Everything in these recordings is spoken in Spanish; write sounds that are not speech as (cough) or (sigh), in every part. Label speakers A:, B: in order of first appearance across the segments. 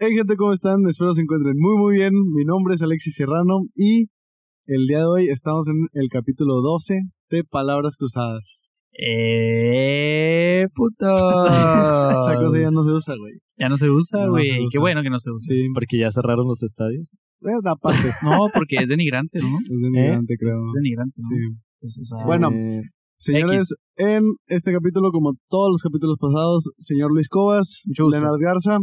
A: Hey gente, ¿cómo están? Espero se encuentren muy muy bien. Mi nombre es Alexis Serrano y el día de hoy estamos en el capítulo 12 de Palabras Cruzadas.
B: ¡Eh, puto! Ah.
A: (laughs) Esa cosa ya no se usa, güey.
B: Ya no se usa,
A: No,
B: güey.
A: no se usa.
B: Qué bueno que no se usa.
A: Sí,
C: Porque ya cerraron los estadios.
A: eh, aparte,
B: No, porque es denigrante, ¿no?
A: es denigrante, creo.
B: Es denigrante, ¿Eh? ¿no?
A: Sí.
B: Pues, o sea,
A: Bueno.
C: Eh,
A: Señores, en este capítulo, como todos los capítulos pasados, señor Luis Cobas,
B: gusto.
A: Leonard Garza,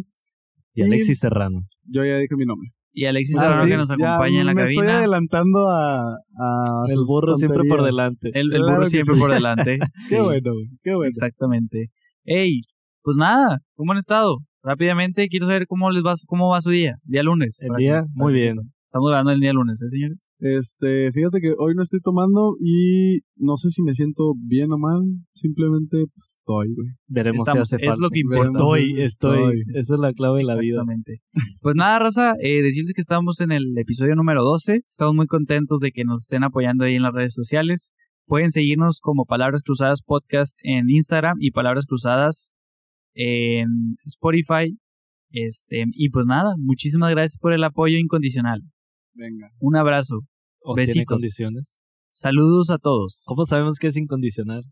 C: y Alexis Serrano.
A: yo ya dije mi nombre.
B: Y Alexis
A: Ah,
B: Serrano
A: sí,
B: que nos
A: ya
B: acompaña en la
A: me estoy
B: cabina.
A: adelantando a, a
C: El
A: sus
C: burro siempre por
A: tonterías.
C: delante.
B: El, el
A: Claro
B: burro
A: que
B: siempre
A: sí.
B: por delante.
A: Qué bueno, güey, qué (laughs) bueno.
B: Exactamente. Ey, pues nada, ¿cómo han estado? Rápidamente, quiero saber cómo les va, cómo va su día. Día lunes.
C: El
B: para
C: día,
B: que-
C: muy
B: para que
C: bien.
B: sepan. Estamos hablando del día lunes, ¿eh, señores?
A: Este, fíjate que hoy no estoy tomando y no sé si me siento bien o mal, simplemente pues, estoy, güey.
C: Veremos
B: Estamos-
C: si hace
B: es
C: falta.
B: lo que importa.
C: Estoy, estoy.
A: Estoy.
C: Esa es la clave de la vida.
B: Exactamente. Pues nada, Raza, eh, decirles que estamos en el episodio número 12. Estamos muy contentos de que nos estén apoyando ahí en las redes sociales. Pueden seguirnos como Palabras Cruzadas Podcast en Instagram y Palabras Cruzadas en Spotify. Este, y pues nada, muchísimas gracias por el apoyo incondicional.
A: Venga.
B: Un abrazo.
C: O tiene
B: Besitos.
C: condiciones.
B: Saludos a todos.
C: ¿Cómo sabemos que es incondicional?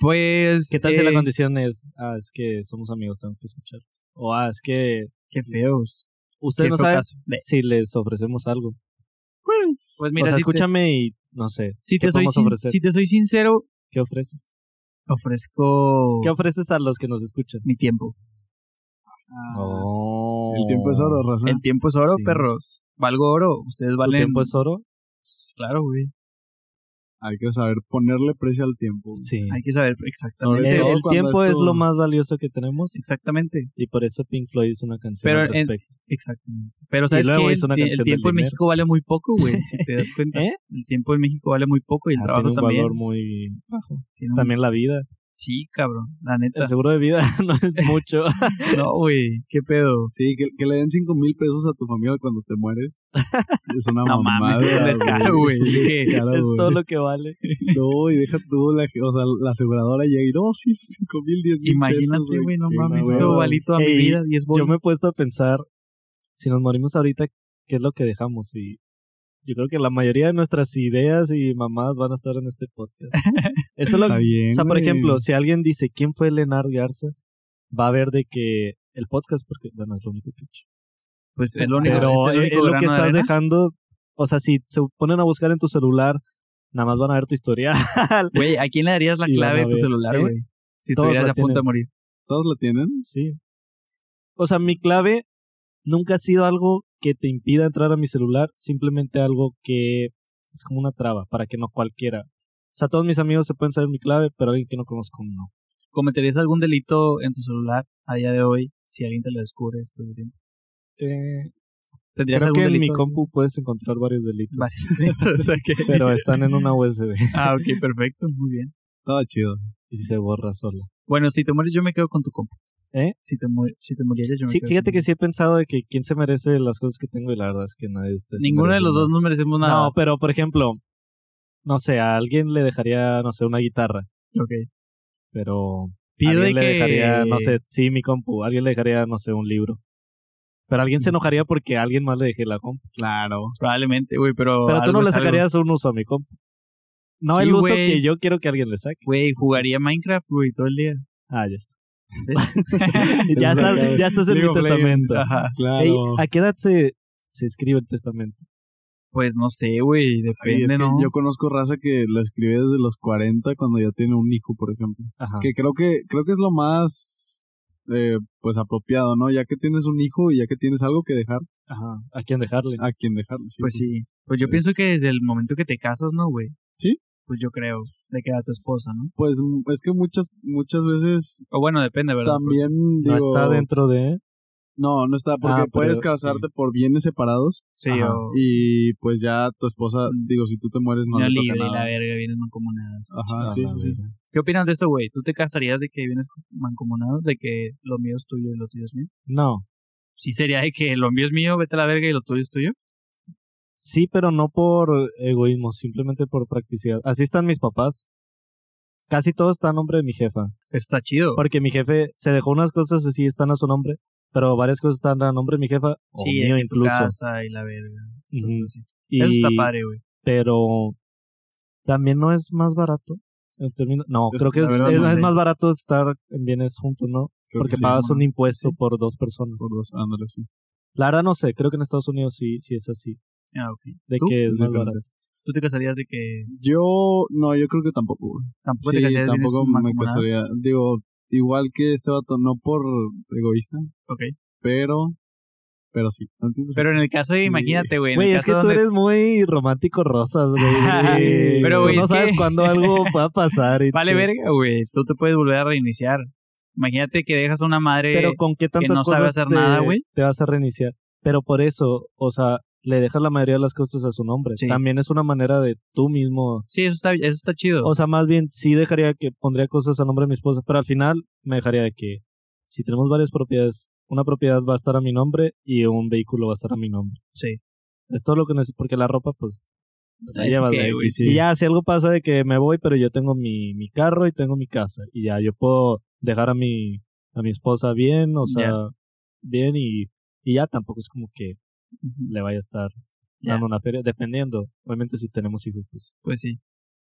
B: Pues.
C: ¿Qué tal si la
B: eh,
C: condición es, ah, es que somos amigos, tengo que escuchar? O, ah, es que
B: Qué feos.
C: ustedes
B: Qué
C: no
B: feo
C: saben
B: caso. Ve,
C: si les ofrecemos algo.
A: Pues,
B: Pues mira,
C: o sea,
B: si te-
C: escúchame y no sé,
B: si
C: ¿qué
B: te, soy
C: podemos
B: sin-
C: ofrecer?
B: si te soy sincero,
C: ¿qué ofreces?
B: ofrezco
C: ¿Qué ofreces a los que nos escuchan?
B: mi tiempo.
C: Oh.
A: Ah, el tiempo es oro, raza.
B: El tiempo es oro,
C: Sí.
B: perros. Valgo oro. Ustedes
C: ¿Tu
B: valen.
C: tiempo es oro?
B: Claro, güey.
A: Hay que saber ponerle precio al tiempo. güey.
C: Sí.
B: Hay que saber
A: Sobre
C: El,
B: exactamente.
A: todo
C: el
A: cuando
C: tiempo es
A: esto-
C: lo más valioso que tenemos
B: Exactamente.
C: y por eso Pink Floyd hizo una canción
B: Pero
C: al
B: en-
C: respecto.
B: Exactamente. Pero sabes que
C: luego
B: el,
C: hizo una
B: tie- el
C: canción del
B: tiempo en
C: dinero.
B: México vale muy poco, güey. Si te
C: (laughs)
B: das cuenta.
C: ¿Eh?
B: El tiempo en México vale muy poco y el
C: Ah,
B: trabajo
C: tiene un
B: también.
C: valor muy bajo.
B: Tiene un-
C: También la vida.
B: Sí, cabrón. La neta.
C: El seguro de vida (laughs) no es
B: (laughs)
C: mucho.
B: Ah, No, güey. ¿Qué pedo?
A: Sí, que, que le den cinco mil pesos a tu familia cuando te
B: (laughs)
A: mueres. Es una
B: No
A: mamada.
B: mames, es un descaro, güey.
A: Es un descaro,
C: es
A: güey.
C: todo lo que vale.
A: No, y deja tú, la, o sea, la aseguradora llega y no, sí, esos cinco mil, diez mil pesos,
B: Imagínate, güey. No
A: Qué
B: mames.
A: hueva,
B: Eso
A: güey.
B: valito a mi
C: Ey,
B: vida. 10 bolas.
C: Yo me he puesto a pensar, si nos morimos ahorita, ¿qué es lo que dejamos? Y yo creo que la mayoría de nuestras ideas y mamás van a estar en este
B: (laughs)
C: podcast. Eso es lo
A: Está bien,
C: O sea, por
A: güey.
C: ejemplo, si alguien dice quién fue Leonard Garza, va a ver de que el podcast, porque, bueno, es lo único que he hecho.
B: Pues es lo único,
C: Pero
B: es el
C: es,
B: único
C: es lo
B: grano
C: que
B: de
C: estás
B: arena.
C: dejando. O sea, si se ponen a buscar en tu celular, nada más van a ver tu historial. (laughs)
B: Güey, ¿a quién le darías la
C: Y van
B: clave
C: a
B: de tu
C: ver,
B: celular,
C: ¿eh?
B: güey? Si
C: Todos
B: estuvieras
C: la
B: a punto de
C: tienen.
B: morir.
A: ¿Todos lo tienen?
C: sí. O sea, mi clave nunca ha sido algo que te impida entrar a mi celular, simplemente algo que es como una traba para que no cualquiera. O sea, todos mis amigos se pueden saber mi clave, pero alguien que no conozco no.
B: ¿Cometerías algún delito en tu celular a día de hoy si alguien te lo descubre después de tiempo?
C: Eh,
B: ¿Tendrías
C: creo
B: algún
C: que en mi
B: delito? (laughs)
C: compu puedes encontrar varios delitos.
B: Varios delitos, o sea que-
C: pero están en una USB
B: Ah, ok, perfecto, muy bien.
A: Estaba chido.
C: y se borra sola.
B: Bueno, si te mueres yo me quedo con tu compu.
C: ¿Eh?
B: Si te, mu- si te murieras yo me
C: Sí,
B: quedo
C: fíjate
B: con
C: que sí he pensado de que quién se merece las cosas que tengo y la verdad es que nadie de ustedes. se
B: Ninguno de
C: merece
B: los dos
C: nada.
B: nos merecemos nada.
C: No, pero por ejemplo, no sé, a alguien le dejaría, no sé, una guitarra,
B: Ok.
C: pero a
B: Pido de
C: alguien le
B: que...
C: dejaría, no sé, sí, mi compu, a alguien le dejaría, no sé, un libro. Pero alguien se
B: Mm.
C: enojaría porque a alguien más le dejé la compu.
A: Claro.
B: Probablemente, güey, pero...
C: Pero tú
B: algo
C: no le
B: es algo.
C: sacarías un uso a mi compu. No
B: Sí,
C: el uso
B: güey.
C: que yo quiero que alguien le saque.
B: Güey, jugaría Minecraft, güey, todo el día. (laughs)
C: Ah, (laughs) ya está.
A: Eso
C: ya,
A: está
C: estás,
A: cabrón.
C: ya estás en
A: League
C: mi
A: of Legends.
C: testamento.
B: Ajá.
A: Claro.
C: Ey, ¿A qué edad se, se escribe el testamento?
B: Pues no sé, güey,
A: Ay,
B: depende,
A: es que
B: ¿no?
A: yo conozco raza que lo escribe desde los 40 cuando ya tiene un hijo, por ejemplo.
C: Ajá.
A: Que creo que creo que es lo más eh, pues apropiado, ¿no? Ya que tienes un hijo y ya que tienes algo que dejar,
C: Ajá. ¿A quién dejarle?
A: a quien dejarlo. sí,
B: Pues
A: sí.
B: sí. Pues yo pienso que desde el momento que te casas, ¿no, güey?
A: Sí.
B: Pues yo creo, de que a tu esposa, ¿no?
A: Pues mm, es que muchas muchas veces
B: O bueno, depende, ¿verdad?
A: también digo,
C: No está dentro de...
A: No, no está porque
C: Ah, pero
A: puedes
C: sí.
A: casarte por bienes separados
B: Sí,
C: Ajá.
B: o...
A: y pues ya tu esposa, digo, si tú te mueres no
B: Unión
A: le toca
B: libre y la
A: nada.
B: verga, vienes mancomunadas.
A: Ajá,
C: A
A: sí,
C: la
A: sí, sí.
C: verga.
B: ¿Qué opinas de eso, güey? ¿Tú te casarías de que vienes mancomunados, de que lo mío es tuyo y lo tuyo es mío?
C: No.
B: Sí, sería de que lo mío es mío, vete a la verga y lo tuyo es tuyo.
C: Sí, pero no por egoísmo, simplemente por practicidad. Así están mis papás. Casi todo está a nombre de mi jefa.
B: Eso está chido.
C: Porque mi jefe se dejó unas cosas así, están a su nombre. Pero varias cosas están a nombre de mi jefa o
B: sí,
C: mío
B: de que tu
C: incluso.
B: casa y la verga.
C: Ujú.
B: cosas así.
C: Y-
B: Eso está padre, güey.
C: Pero también no es más barato. en términos- no,
A: Es-
C: creo que
A: la
C: es,
A: verdad
C: es-
A: no
C: es
A: sé.
C: más barato estar en bienes juntos, ¿no?
A: Creo que
C: Porque
A: sí,
C: pagas
A: ¿no?
C: un impuesto
A: Sí.
C: por dos personas.
A: Por dos, ándale, sí.
C: La verdad no sé, creo que en Estados Unidos sí, sí es así.
B: Ah, ok.
C: De
A: ¿Tú?
C: que es más
A: Diferente.
C: barato.
B: ¿Tú te casarías de que
A: Yo, no, yo creo que tampoco, güey.
B: tampoco
A: Sí,
B: te casarías Pues de bienes
A: tampoco me
B: mancomunados?
A: casaría. Digo, igual que este vato, no por egoísta,
B: Ok.
A: pero, pero sí. ¿entiendes?
B: Pero en el caso de,
A: Sí.
B: imagínate, güey. en el
C: Güey,
B: caso
C: es que tú
B: donde-
C: eres muy romántico rosas,
B: (laughs)
C: güey. de que
A: Pero,
C: tú
A: güey,
C: no
B: es
C: sabes
B: que-
C: cuándo
B: (laughs)
C: algo va a pasar. y
B: Vale
C: tú-
B: verga, güey. Tú te puedes volver a reiniciar. Imagínate que dejas a una madre...
C: Pero con qué tantas
B: no sabe
C: cosas
B: hacer
C: te,
B: nada, güey.
C: te vas a reiniciar. Pero por eso, o sea, le dejas la mayoría de las cosas a su nombre.
B: Sí.
C: También es una manera de tú mismo.
B: Sí, eso está, eso está chido.
C: O sea, más bien sí dejaría que pondría cosas a nombre de mi esposa, pero al final me dejaría de que si tenemos varias propiedades, una propiedad va a estar a mi nombre y un vehículo va a estar a mi nombre.
B: sí.
C: Es todo lo que necesito, porque la ropa, pues, la
B: Es
C: llevas
B: que,
C: de ahí.
B: güey, sí.
C: Y ya, si algo pasa de que me voy, pero yo tengo mi, mi carro y tengo mi casa. Y ya, yo puedo dejar a mi, a mi esposa bien, o sea,
B: Ya.
C: bien y, y ya tampoco es como que le vaya a estar
B: Ya.
C: dando una feria, dependiendo. Obviamente si tenemos hijos, pues.
B: Pues sí.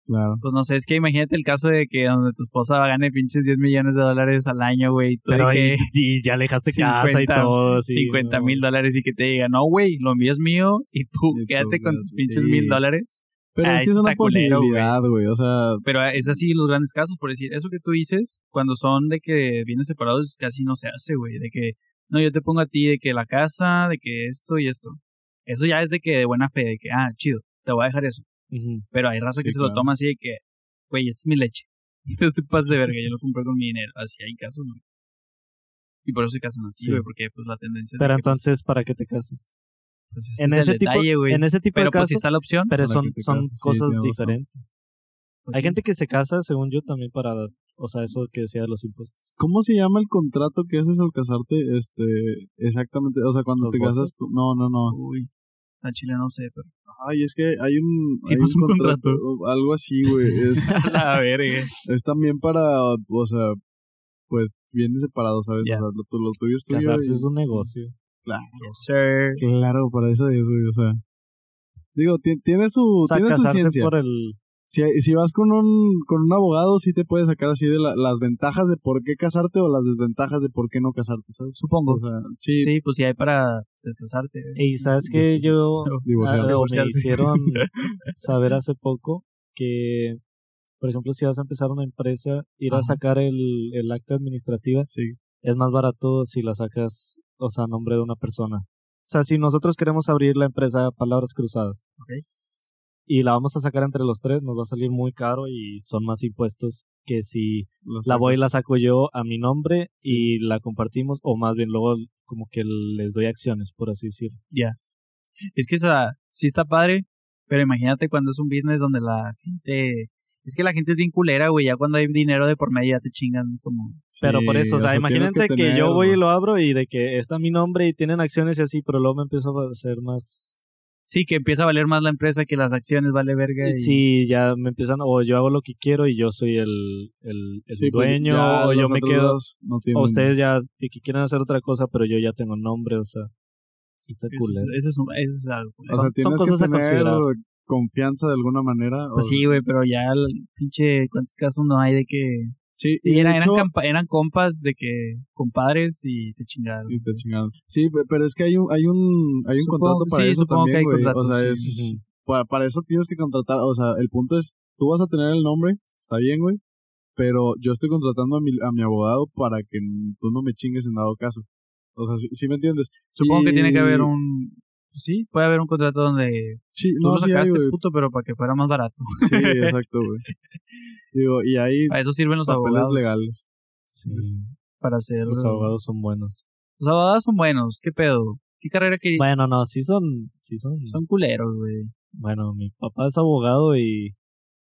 A: Claro.
B: Pues no sé, es que imagínate el caso de que donde tu esposa gane pinches 10 millones de dólares al año, güey. y tú de
C: Pero
B: que (laughs)
C: ahí, (laughs) y ya le dejaste casa y
B: 50,
C: todo. Sí,
B: 50
C: no.
B: mil dólares y que te diga, no, güey, lo mío es mío y tú
A: Y tú,
B: quédate con tus
A: sí.
B: pinches mil dólares.
A: Pero
B: Ah,
A: es que
B: eso
A: es una
B: está culero, güey.
A: posibilidad, güey. O sea,
B: Pero ah, es así los grandes casos, por decir, eso que tú dices, cuando son de que vienes separados, casi no se hace, güey. De que, no, yo te pongo a ti de que la casa, de que esto y esto. Eso ya es de que de buena fe, de que, ah, chido, te voy a dejar eso.
C: Ujú.
B: Pero hay raza que
A: Sí,
B: se lo
A: claro.
B: toma así de que, güey, esta es mi leche. (laughs) Entonces tú pasas de verga, yo lo compré con mi dinero. Así hay casos, ¿no? Y por eso se casan así,
C: Sí.
B: güey, porque pues la tendencia es de
C: Pero
B: que, pues,
C: entonces, ¿para qué te casas?
B: pues, ese
C: En
B: es
C: ese,
B: el
C: tipo,
B: detalle, güey.
C: en ese tipo
B: Pero
C: de
B: pues
C: casos,
B: si está la opción.
C: pero
A: Para
C: son,
A: que te
C: son
A: cases, sí,
C: cosas
A: tienes razón.
C: diferentes.
B: pues,
C: Hay
B: sí.
C: gente que se casa, según yo, también para, o sea, eso que decía de los impuestos.
A: ¿cómo se llama el contrato que haces al casarte? Este, exactamente. O sea, cuando
C: ¿Los
A: te casas.
C: votos?
A: tú- No, no, no.
B: Uy, a Chile no sé, pero. (laughs)
A: Ay, es que hay un.
B: ¿Qué
A: hay
B: pasó un contrato?
A: o Algo así, güey.
C: (laughs)
A: Es,
B: la verga.
A: es también para, o sea, pues viene separado, ¿sabes?
B: Ya.
A: O sea, lo, tu- lo tuyo es tuyo.
C: Casarse
A: y-
C: es un negocio.
B: Yes, sir.
A: Claro, para eso es, güey. O sea, digo, ti- tiene su,
C: O sea,
A: tiene su
C: casarse
A: ciencia.
C: por el...
A: Si, si vas con un, con un abogado, sí te puede sacar así de la- las ventajas de por qué casarte o las desventajas de por qué no casarte, ¿sabes?
B: Supongo.
A: O sea, sí,
B: Sí, pues sí hay para descansarte. ¿eh? güey.
C: Y sabes que yo...
A: divorciar.
C: ah, o me
B: Divorciarse.
C: hicieron saber hace poco que, por ejemplo, si vas a empezar una empresa, ir a
B: Ajá.
C: sacar el, el acta administrativa
A: sí,
C: es más barato si la sacas, o sea, a nombre de una persona. O sea, si nosotros queremos abrir la empresa Palabras Cruzadas
B: Ok.
C: y la vamos a sacar entre los tres, nos va a salir muy caro y son más impuestos que si
A: lo
C: la
A: sé.
C: voy y la saco yo a mi nombre y la compartimos, o más bien luego como que les doy acciones, por así decirlo.
B: Es que esa, sí está padre, pero imagínate cuando es un business donde la gente. Es que la gente es bien culera, güey. Ya cuando hay dinero de por medio ya te chingan como.
C: Pero por
A: Sí,
C: eso, o sea,
A: tienes
C: imagínense que,
A: tener,
C: yo voy y
A: güey.
C: lo abro y de que está mi nombre y tienen acciones y así, pero luego me empiezo a hacer más...
B: Sí, que empieza a valer más la empresa que las acciones, vale verga. y-
C: Sí, ya me empiezan, o yo hago lo que quiero y yo soy el, el, el
A: Sí, pues,
C: dueño,
A: ya
C: o yo
A: los
C: me
A: otros
C: quedo...
A: dos no tienen-
C: O ustedes ya de que quieren hacer otra cosa, pero yo ya tengo nombre, o sea, sí está
B: Eso
C: cool.
B: es, eso es un- eso es algo.
A: O sea,
C: son
A: tienes
C: cosas
A: que
C: a
A: tener
C: considerar.
A: confianza de alguna manera.
B: Pues
A: o-
B: sí, güey, pero ya el pinche. ¿Cuántos casos no hay de que.
A: Sí,
B: Sí,
A: y de
B: eran, eran
A: hecho-
B: campa- eran compas de que compadres y te chingaron.
A: y te chingaron. Sí, pe- pero es que hay un, hay un, hay un
B: Supongo-
A: contrato para
B: sí,
A: eso
B: supongo que hay
A: también, güey. O
B: contratos,
A: sea,
B: sí.
A: es,
C: Ujú.
A: para, para eso tienes que contratar. O sea, el punto es, tú vas a tener el nombre, está bien, güey. Pero yo estoy contratando a mi, a mi abogado para que n- tú no me chingues en dado caso. O sea, si me entiendes.
B: Supongo que tiene que haber
A: Y-
B: un. Sí, puede haber un contrato donde
A: Sí,
B: tú
A: no,
B: lo
A: sí hay,
B: sacaste,
A: güey.
B: puto, pero para que fuera más barato.
A: Sí, exacto, güey. Digo, y ahí
B: Para eso sirven los
A: papeles
B: abogados.
A: legales.
C: Sí,
B: Para hacer.
C: los abogados son buenos.
B: Los abogados son buenos. ¿Qué pedo? ¿Qué carrera que.?
C: Bueno, no, sí son, sí son,
B: Son culeros, güey.
C: Bueno, mi papá es abogado y...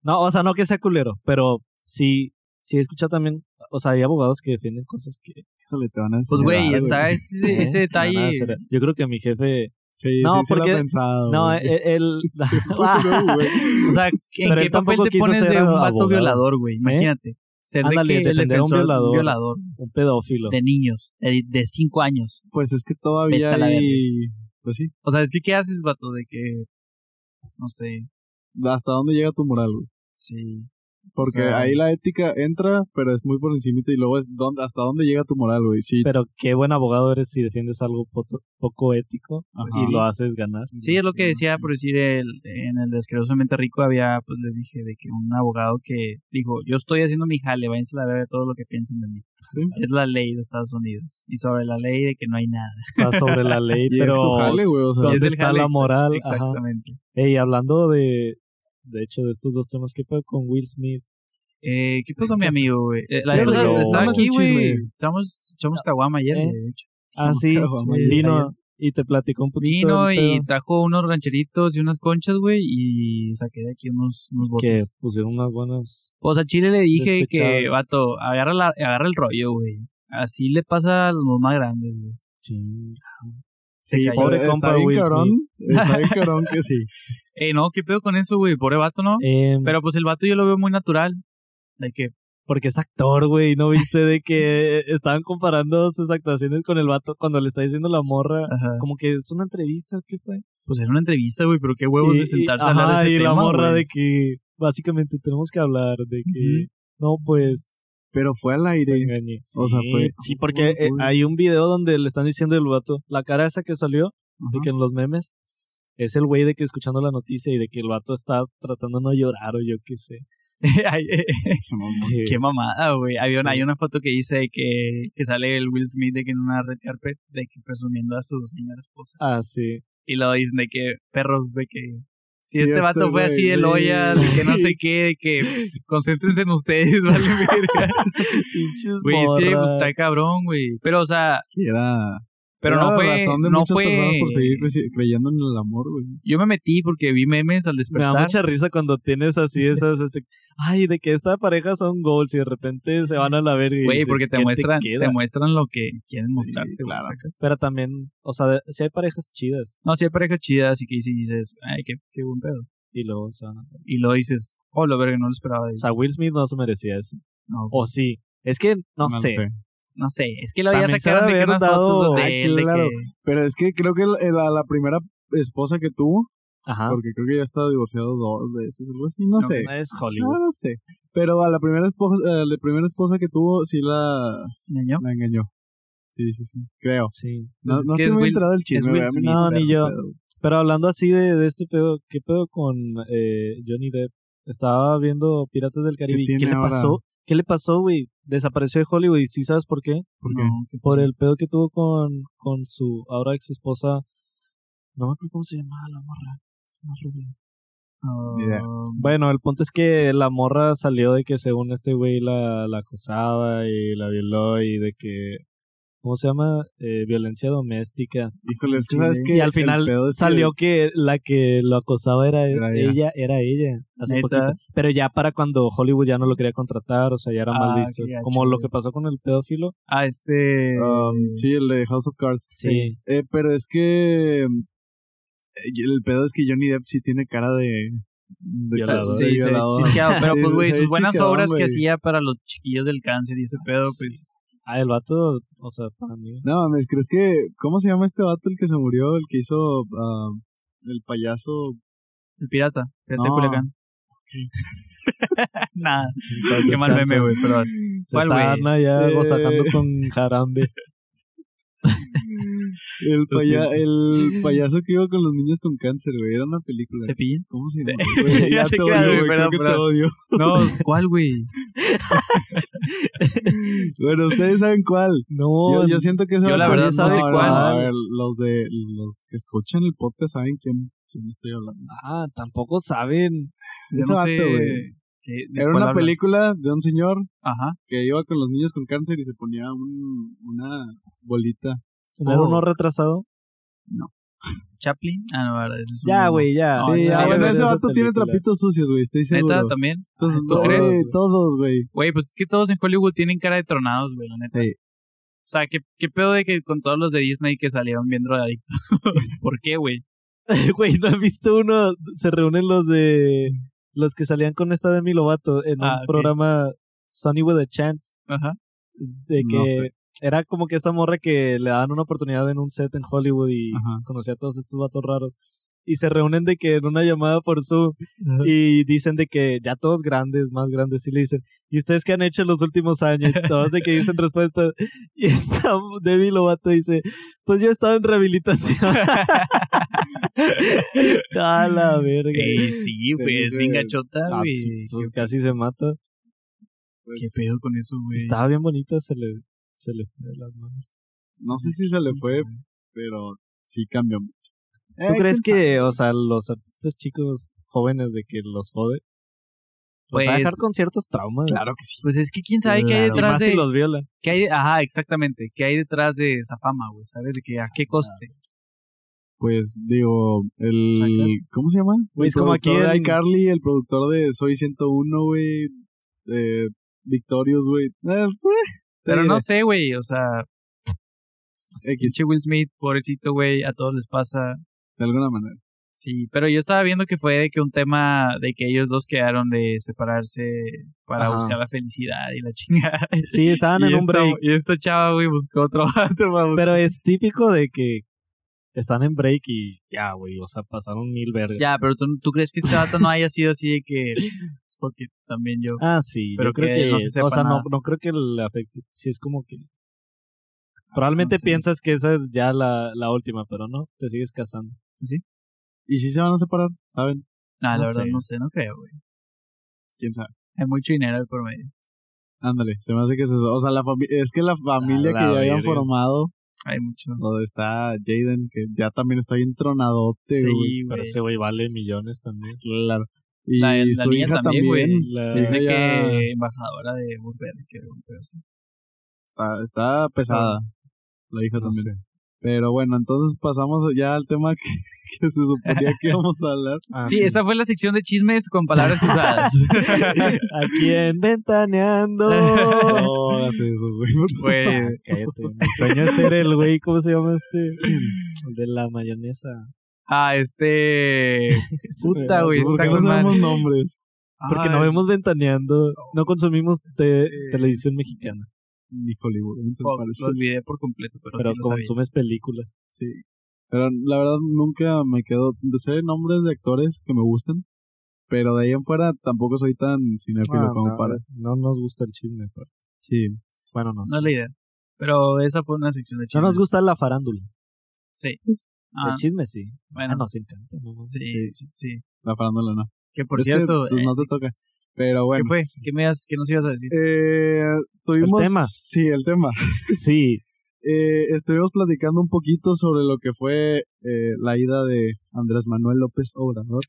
C: No, o sea, no que sea culero, pero sí, sí he escuchado también, o sea, hay abogados que defienden cosas que...
A: Híjole, te van a
B: Pues,
A: enseñar
B: güey,
A: algo,
B: está
A: güey.
B: ese, ese
C: (laughs) ¿eh? Nada, nada,
B: detalle. Ah,
C: será- Yo creo que mi jefe...
A: Sí,
C: No,
A: sí, sí lo he
C: porque-
A: pensado,
C: No,
A: güey. (laughs)
C: eh,
B: (laughs)
C: él...
A: Puto, güey.
C: (laughs)
B: O sea, ¿en
C: Pero
B: qué
C: él
B: papel
C: (laughs) tampoco
B: te
C: quiso
B: pones
C: ser
B: de un vato
C: abogado. ¿Eh?
B: violador, güey? Imagínate. Ser de
C: Ándale,
B: que el
C: defender a un
B: defensor de
C: violador.
B: violador
C: Un pedófilo.
B: de niños, de- de 5 años.
A: Pues es que todavía
B: Vete a la
A: hay... Pues sí,
B: O sea, es que ¿qué haces, vato? De que, no sé,
A: hasta dónde llega tu moral, güey.
B: sí.
A: Porque
B: sea-
A: ahí la ética entra, pero es muy por encimita y luego es dónde, hasta dónde llega tu moral, güey. Sí,
C: Pero qué buen abogado eres si defiendes algo poto- poco ético pues,
A: Ajá.
C: y lo haces ganar.
B: Sí, es lo que
C: Este,
B: decía, por decir, el- en el de Asquerosamente Rico había, pues les dije, de que un abogado que dijo, yo estoy haciendo mi jale, váyanse a la verga todo lo que piensen de mí.
A: Sí.
B: Es la ley de Estados Unidos. Y sobre la ley de que no hay nada.
C: O sea,
B: (laughs)
C: sobre la ley,
A: Y
C: pero
A: es tu jale, güey. O sea,
C: ¿Dónde
B: Es el
C: está la
B: exact-
C: moral? Ajá.
B: Exactamente.
C: Ey, hablando de, de hecho, de estos dos temas, ¿qué fue con Will Smith?
B: Eh, ¿Qué pasó con mi amigo, güey? Eh, La
C: Sí,
B: vez pasada
C: pero-
B: estaba
C: Vamos
A: al
B: aquí, güey.
A: chisme.
B: Echamos, echamos caguama ayer,
C: ¿Eh?
B: de hecho.
C: Ah, sí,
A: caguama,
C: vino y te platicó un poquito.
B: Vino
C: del
B: y
C: pedo
B: trajo unos rancheritos y unas conchas, güey, y saqué de aquí unos, unos
C: que
B: botes.
C: pusieron unas buenas.
B: O sea, Chile le dije que,
C: Despechados.
B: vato, agarra, la- agarra el rollo, güey. Así le pasa a los más grandes, güey.
C: Ching.
B: Se
C: Sí,
B: cayó.
C: pobre
A: está
C: compa
A: bien
C: Will
A: cabrón,
C: Smith.
A: Está
B: (laughs)
A: bien cabrón que sí.
B: Eh, no, ¿qué pedo con eso, güey? Pobre vato, ¿no?
C: Em,
B: Pero pues el vato yo lo veo muy natural. De que,
C: Porque es actor, güey. (laughs) ¿No viste de que estaban comparando sus actuaciones con el vato cuando le está diciendo la morra?
B: ajá.
C: Como que es una entrevista, ¿qué fue?
B: Pues era una entrevista, güey, pero qué huevos de sentarse a hablar de
C: ajá,
B: ese
C: y la
B: tema,
C: morra
B: güey.
C: de que básicamente tenemos que hablar de que no, pues
A: Pero fue al
C: te
A: aire.
C: engañé.
A: O sea,
C: Sí,
A: fue-
C: Sí, porque eh,
A: Uy.
C: hay un video donde le están diciendo el vato, la cara esa que salió, de que en los memes, es el güey de que escuchando la noticia y de que el vato está tratando de no llorar o yo qué (laughs) sé.
B: (laughs) Ay, eh, Qué mamada, güey. Había una-
C: Sí.
B: Hay una foto que dice que, que sale el Will Smith de que en una red carpet de que presumiendo a su señora esposa.
C: Ah, sí.
B: Y lo dicen de que perros de que si
A: Sí,
B: este vato fue
A: güey,
B: así de
A: sí.
B: loya, de que no sé qué, de que concéntrense en ustedes, (laughs) vale verga.
C: (laughs) Pinches
B: Güey, es que pues,
C: morras.
B: está cabrón, güey. Pero o sea,
A: Sí, era...
B: pero
A: era
B: no
A: la
B: fue
A: razón de
B: no
A: muchas
B: fue
A: personas por seguir creci- creyendo en el amor, güey.
B: Yo me metí porque vi memes al
C: Me da
B: despertar.
C: mucha risa cuando tienes (laughs) así esas expect- Ay, de que esta pareja son goals y de repente se van a la verga. y
B: Güey,
C: dices,
B: porque te
C: "¿Qué
B: muestran te,
C: queda?".
B: muestran lo que quieren
A: Sí,
B: mostrarte, güey,
A: claro.
B: sacas.
C: Pero también, o sea, si hay parejas chidas
B: No, si hay parejas chidas y que sí dices, ay, qué, qué buen pedo.
C: y luego se van a...
B: y lo dices, oh, la verga, no lo esperaba.
C: O sea, Will Smith no se merecía eso.
B: no,
C: O sí. Es que no, sé.
B: no sé, es que lo había
C: También se ha
B: sacado
C: de
B: de que
C: haber
B: unas
C: dado-
B: fotos
C: Ay,
B: de él, de
A: claro.
B: que-
A: Pero es que creo que el- el- la, la primera esposa que tuvo,
C: Ajá.
A: porque creo que ya está divorciado dos veces, algo así, no,
B: No,
A: sé.
C: No es
A: No,
C: Hollywood.
A: no sé. Pero a la primera esposa, a la primera esposa que tuvo, sí la,
B: ñoño.
A: la engañó. Sí, sí, sí. Creo.
C: Sí.
A: No,
B: Pues es
A: no
B: que
A: estoy
B: es
A: muy
B: Will-
A: enterado del
B: es
A: chisme, güey,
B: Will
A: a mí
B: Smith.
A: me
C: No,
A: interesa
C: ni
A: ese
C: yo.
A: pedo.
C: Pero hablando así de, de este pedo, ¿qué pedo con eh, Johnny Depp? Estaba viendo Piratas del Caribe. ¿y ¿Qué,
A: tiene
C: le
A: ahora?
C: pasó? ¿Qué le pasó, güey? Desapareció de Hollywood y sí sabes por qué.
A: ¿Por qué?
B: No, que-
C: Por el pedo que tuvo con, con su ahora ex esposa. No me acuerdo cómo se llamaba la morra. Una rubia.
B: ah,
A: Ni idea.
C: Bueno, el punto es que la morra salió de que según este güey la, la acosaba y la violó y de que, ¿cómo se llama? Eh, violencia doméstica.
A: Híjole, es que sabes
C: Sí.
A: que
C: Y al final Salió que la que lo acosaba era,
A: Era ella.
C: ella. era ella, hace
B: Neta.
C: poquito. Pero ya para cuando Hollywood ya no lo quería contratar, o sea, ya era
B: Ah,
C: mal visto.
B: qué gacho,
C: Como lo
B: güey.
C: que pasó con el pedófilo.
B: Ah, este.
A: sí, el de House of Cards.
C: Sí.
A: Eh, pero es que eh, el pedo es que Johnny Depp sí tiene cara de, de
C: Violador.
A: de
B: Sí, se ve (laughs)
A: violador.
B: chisqueado, pero
A: Sí,
B: pues,
A: se-
B: güey,
A: se ve
B: sus buenas
A: chisqueadón,
B: obras que
A: güey.
B: hacía para los chiquillos del cáncer y ese pedo, pues,
C: Ah, el vato, o sea, para mí.
A: No mames, ¿crees que cómo se llama este vato el que se murió, el que hizo ah, el payaso?
B: el pirata, pirata de
A: No.
B: Culiacán. (laughs) Nada, qué mal meme, güey, perdón.
C: Se
B: ¿Cuál,
C: está
B: güey?
C: Ana ya
A: Eh.
C: gozajando con
A: (laughs)
C: jarambe.
A: El,
C: Lo
A: paya-
C: siento.
A: el payaso que iba con los niños con cáncer, güey, era una película.
B: Cepillín.
A: ¿Cómo
B: (laughs)
A: se llama? güey?
B: Ya
A: ya
B: te
A: te
B: quedas,
A: odio,
B: güey,
A: güey, creo
B: perdón,
A: que te
B: perdón.
A: odio.
B: (laughs) No, ¿cuál, güey?
A: Bueno, ustedes saben cuál.
C: No,
A: Yo, yo siento que ese
B: Yo la
A: vato-
B: verdad no sé cuál.
A: A ver, los de los que escuchan el podcast saben quién, quién estoy hablando.
C: Ah, tampoco saben.
B: Yo
A: Ese
B: no
A: vato,
B: sé.
A: güey.
B: qué- de
A: Era
B: cuál
A: una
B: hablas.
A: película de un señor
B: Ajá.
A: que iba con los niños con cáncer y se ponía un- una bolita.
C: ¿No era
A: Oh.
C: uno retrasado?
B: Chaplin. Ah, no, verdad, eso es un
C: Ya,
B: nombre.
C: güey, ya.
B: No,
A: sí,
B: ya,
A: ah,
B: ya
A: bueno,
B: veré
A: ese
C: esa
A: vato tiene
C: película.
A: trapitos sucios, güey, estoy seguro.
B: Neta también. Ah,
A: Entonces,
B: ¿tú
A: güey,
B: crees?
A: todos, güey.
B: Güey, pues es que todos en Hollywood tienen cara de tronados, güey, la neta.
A: Sí.
B: O sea, ¿qué, qué pedo de que con todos los de Disney que salieron bien (laughs) drogadictos? ¿Por qué, güey?
C: (laughs) Güey, ¿no has visto uno? Se reúnen los de. Los que salían con esta Demi Lovato en
B: Ah,
C: un
B: ok.
C: programa Sunny with a Chance,
B: Ajá.
C: de que
A: No sé.
C: era como que esta morra que le daban una oportunidad en un set en Hollywood y
A: Ajá.
C: conocía a todos estos vatos raros. Y se reúnen de que en una llamada por Zoom y dicen de que ya todos grandes, más grandes, y le dicen, ¿y ustedes qué han hecho en los últimos años? Y todos de que dicen respuestas. Y esta débil vato dice, pues yo he estado en rehabilitación. (laughs) A la
B: (laughs)
C: verga.
B: Sí, sí, güey, es bien gachota,
C: Ah,
B: güey.
C: sí, pues
B: Qué-
C: casi se mata.
A: Pues,
B: ¿Qué pedo con eso, güey?
C: Estaba bien bonita, se le, se le fue de las manos.
A: no sé si se le fue, pero sí cambió mucho.
B: Eh,
A: Eh,
C: ¿Tú crees que, o sea, los artistas chicos jóvenes de que los jode? Pues,
B: Pues-
C: dejar con ciertos traumas.
A: Claro que sí.
B: Pues es que quién sabe qué hay
C: Y
B: detrás
C: más si
B: de...
C: los viola.
B: (laughs) qué hay, ajá, exactamente. ¿Qué hay detrás de esa fama, güey? ¿Sabes? De que a qué coste.
A: Pues digo, el.
B: ¿Sacas?
A: ¿Cómo se llama? El
C: Güey, es como aquí
A: productor de
C: en-
A: iCarly, el productor de Soy 101, güey. Eh, Victorious, güey. Eh,
B: Pero
A: diré.
B: no sé, güey, o sea,
A: X,
B: pinche Will Smith, pobrecito, güey, a todos les pasa.
A: de alguna manera.
B: Sí, pero yo estaba viendo que fue de que un tema de que ellos dos quedaron de separarse para
C: Ajá.
B: buscar la felicidad y la (laughs) chingada.
C: Sí, estaban
B: y,
C: en un
B: esta,
C: break.
B: y esta chava, güey, buscó otro (laughs) vato para buscar-
C: Pero es típico de que están en break y ya, güey. O sea, pasaron mil vergas.
B: Ya, pero ¿tú, tú crees que este vato no haya sido así de
C: (laughs)
B: que... Porque también yo...
C: Ah, sí.
B: Pero
C: yo creo
B: que
C: que.
B: no se sepa
C: o sea, no,
B: nada. Ah,
C: no creo que le afecte. Sí, es como que.
B: pues
C: Probablemente
A: no sé.
C: piensas que esa es ya la, la última, pero no. Te sigues casando.
A: ¿Y si se van a separar? ¿Saben?
B: Nah,
C: no
B: la verdad
C: sé.
B: no sé, no creo, güey.
A: ¿Quién sabe?
B: Hay mucho dinero de por medio.
A: Ándale, se me hace que es eso. O sea, la fami- es que la familia
C: la
A: que ya habían
C: verga.
A: formado,
B: Hay mucho.
A: donde está Jaden, que ya también está bien tronadote,
B: Sí,
A: güey.
B: güey.
C: Pero ese güey vale millones también.
A: Claro. Y
B: La- la
A: su
B: niña
A: hija
B: también,
A: también,
B: güey.
A: la-
C: La-
B: Dice
A: ella ya
B: que embajadora de Burberry, que un pedo así.
A: está, ah, está pesada. La hija
C: No
A: también. Pero bueno, entonces pasamos ya al tema que, (laughs) que se suponía que íbamos a hablar.
C: Ah,
B: Sí, esa fue la sección de chismes con palabras cruzadas.
C: (laughs) (laughs)
B: (laughs)
C: Aquí en Ventaneando.
A: No hagas eso, güey.
B: Güey,
C: Ah, cállate. Mi sueño es ser el güey, ¿cómo se llama este?
B: (laughs)
C: El de la mayonesa.
B: ah, este. Puta, güey,
A: ¿Por
B: está
A: qué no
B: con
A: sabemos
B: madre.
A: nombres?
C: Porque no
B: Ay,
C: vemos ventaneando, no consumimos te-
B: Este-
C: televisión mexicana,
A: Ni hollywoodense,
B: fuck,
A: parece.
B: Lo olvidé por completo, pero,
C: pero
B: sí lo sabía.
C: consumes películas.
A: Sí. Pero la verdad nunca me quedo. Sé nombres de actores que me gustan. Pero de ahí en fuera tampoco soy tan
B: Ah,
A: cinéfilo como
C: Ah, no,
A: para.
C: no nos gusta el chisme. pero-
A: Sí.
C: Bueno, no, sé.
B: No es la idea. Pero esa fue una sección de
C: No
B: chismes.
C: nos gusta la farándula.
B: Sí.
A: Pues,
B: Ah,
C: el chisme sí.
B: bueno,
C: Ah, nos encanta. No, no.
B: sí, sí, sí.
A: La farándula no.
B: Que por
A: Es que,
B: cierto. eh,
A: pues, no te toca. Pero
B: ¿Qué
A: bueno.
B: fue? ¿Qué, me has- qué nos ibas a decir?
A: Eh, tuvimos.
C: El tema.
A: Sí, el tema. (laughs)
C: Sí,
A: Eh, estuvimos platicando un poquito sobre lo que fue eh, la ida de Andrés Manuel López Obrador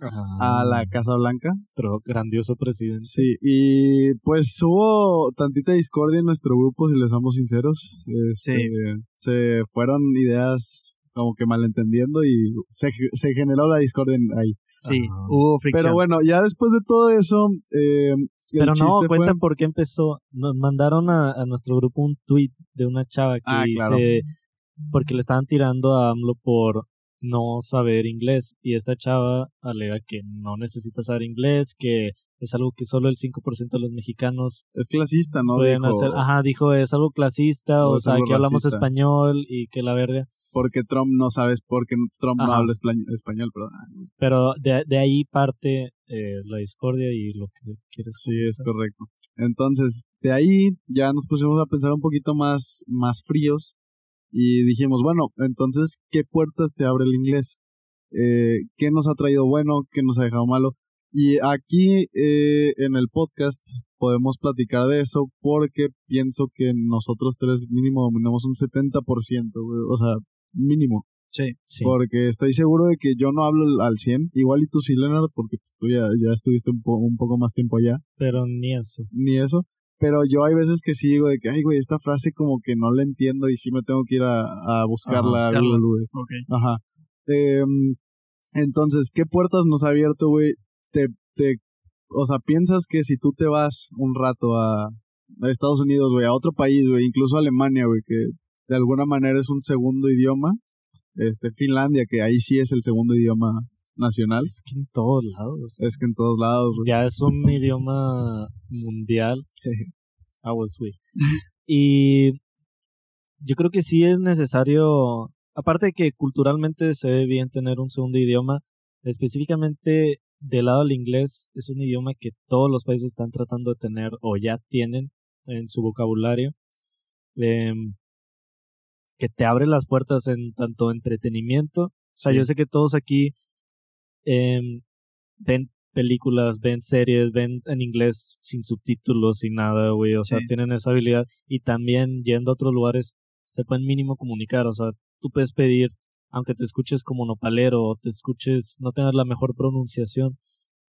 A: Uh, a la Casa Blanca.
C: Ah, nuestro grandioso presidente.
A: Sí, y pues hubo tantita discordia en nuestro grupo, si les somos sinceros. Este,
B: Sí.
A: Se fueron ideas como que malentendiendo y se, se generó la discordia en- ahí.
B: Sí,
C: Ajá.
B: hubo fricción.
A: Pero bueno, ya después de todo eso... eh, el
C: Pero no,
A: chiste fue-
C: cuenta por qué empezó. Nos mandaron a, a nuestro grupo un tweet de una chava que
A: Ah,
C: dice
A: claro.
C: porque le estaban tirando a AMLO por no saber inglés y esta chava alega que no necesita saber inglés, que es algo que solo el 5% de los mexicanos
A: Es clasista, ¿no?
C: pueden
A: Dijo,
C: hacer. Ajá, dijo, es algo clasista,
A: O
C: o
A: es
C: sea,
A: algo
C: que hablamos
A: racista.
C: español y que la verga.
A: Porque Trump no sabes, porque Trump no
C: Ajá.
A: habla espla- español, perdón. Ah,
C: Pero de, de ahí parte eh, la discordia y lo que quieres.
A: Sí, es correcto. Entonces, de ahí ya nos pusimos a pensar un poquito más, más fríos y dijimos, bueno, entonces, ¿qué puertas te abre el inglés? Eh, ¿Qué nos ha traído bueno? ¿Qué nos ha dejado malo? Y aquí eh, en el podcast podemos platicar de eso porque pienso que nosotros tres mínimo dominamos un 70%, güey, o sea, mínimo.
B: sí.
C: Sí.
A: Porque estoy seguro de que yo no hablo al- al 100, igual y tú sí, Leonard, porque pues, tú ya, ya estuviste un, po- un poco más tiempo allá
C: Pero ni eso.
A: ni eso. Pero yo hay veces que sí digo de que, ay, güey, esta frase como que no la entiendo y sí me tengo que ir a, a buscarla. a
B: buscarla.
A: Google, güey. (laughs)
B: Ok.
A: Ajá. Em, entonces, ¿qué puertas nos ha abierto, güey? Te, te, o sea, piensas que si tú te vas un rato a, a Estados Unidos, güey, a otro país, güey, incluso a Alemania, güey, que de alguna manera es un segundo idioma. Este, Finlandia, que ahí sí es el segundo idioma nacional.
C: Es que en todos lados.
A: Es que en todos lados, güey.
C: pues, Ya es un idioma mundial. Aguas, güey. Y yo creo que sí es necesario, aparte de que culturalmente se ve bien tener un segundo idioma, específicamente del lado del inglés es un idioma que todos los países están tratando de tener o ya tienen en su vocabulario. em, que te abre las puertas en tanto entretenimiento. O sea, yo sé que todos aquí em, ven películas, ven series, ven en inglés sin subtítulos, sin nada, güey. O sea,
B: Sí.
C: tienen esa habilidad. Y también yendo a otros lugares se pueden mínimo comunicar. O sea, tú puedes pedir, aunque te escuches como nopalero o te escuches, no tengas la mejor pronunciación.